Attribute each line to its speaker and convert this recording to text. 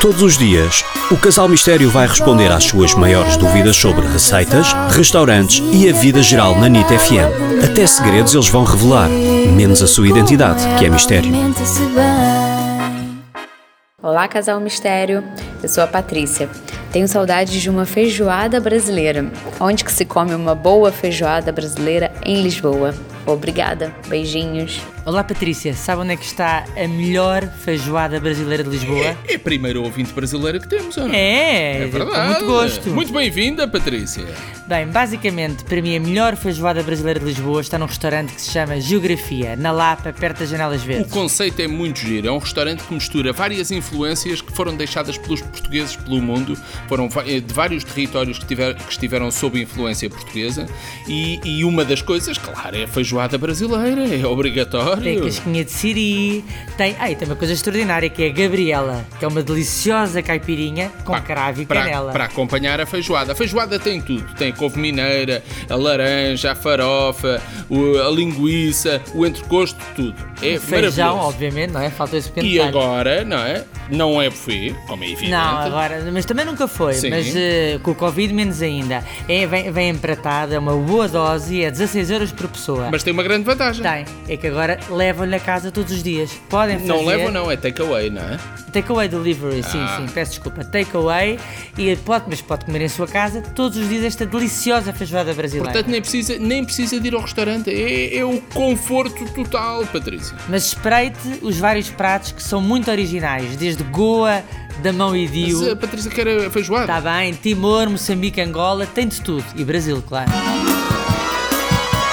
Speaker 1: Todos os dias, o Casal Mistério vai responder às suas maiores dúvidas sobre receitas, restaurantes e a vida geral na NIT FM. Até segredos eles vão revelar, menos a sua identidade, que é mistério.
Speaker 2: Olá, Casal Mistério. Eu sou a Patrícia. Tenho saudades de uma feijoada brasileira. Onde que se come uma boa feijoada brasileira em Lisboa? Obrigada. Beijinhos.
Speaker 3: Olá Patrícia, sabe onde é que está a melhor feijoada brasileira de Lisboa?
Speaker 4: É a primeira ouvinte brasileira que temos, ou não?
Speaker 3: É,
Speaker 4: É
Speaker 3: com
Speaker 4: verdade.
Speaker 3: muito gosto.
Speaker 4: Muito bem-vinda, Patrícia.
Speaker 3: Bem, basicamente, para mim a melhor feijoada brasileira de Lisboa está num restaurante que se chama Geografia, na Lapa, perto das Janelas
Speaker 4: O
Speaker 3: Verdes.
Speaker 4: conceito é muito giro. É um restaurante que mistura várias influências que foram deixadas pelos portugueses pelo mundo. Foram va- eh, de vários territórios que, tiver- que estiveram sob influência portuguesa. E, e uma das coisas, claro, é a feijoada brasileira. É obrigatório.
Speaker 3: Tem casquinha de siri, tem... Ah, e tem uma coisa extraordinária que é a Gabriela, que é uma deliciosa caipirinha com cravo e canela.
Speaker 4: Para, para acompanhar a feijoada. A feijoada tem tudo. Tem a couve mineira, a laranja, a farofa, o- a linguiça, o entrecosto, tudo. É
Speaker 3: Feijão,
Speaker 4: maravilhoso.
Speaker 3: obviamente, não é? Faltou esse pequeno
Speaker 4: E
Speaker 3: detalhe.
Speaker 4: agora, não é? Não é buffet, como é evidente.
Speaker 3: Não, agora, mas também nunca foi,
Speaker 4: Sim.
Speaker 3: mas eh, com o Covid menos ainda. É, vem, vem empratada, é uma boa dose, é 16 euros por pessoa.
Speaker 4: Mas tem uma grande vantagem.
Speaker 3: Tem, é que agora levam-lhe a casa todos os dias. Podem fazer.
Speaker 4: Não levam, não, é takeaway, não é?
Speaker 3: Takeaway delivery, sim,
Speaker 4: Ah.
Speaker 3: sim, peço desculpa. Takeaway, e pode, mas pode comer em sua casa todos os dias esta deliciosa feijoada brasileira.
Speaker 4: Portanto, nem precisa, nem precisa de ir ao restaurante. É, é o conforto total, Patrícia.
Speaker 3: Mas espreite os vários pratos que são muito originais, desde Goa, da mão e Tá
Speaker 4: Mas eh, a
Speaker 3: Dio.
Speaker 4: Patrícia quer a feijoada.
Speaker 3: Está bem, Timor, Moçambique, Angola, tem de tudo. E Brasil, claro.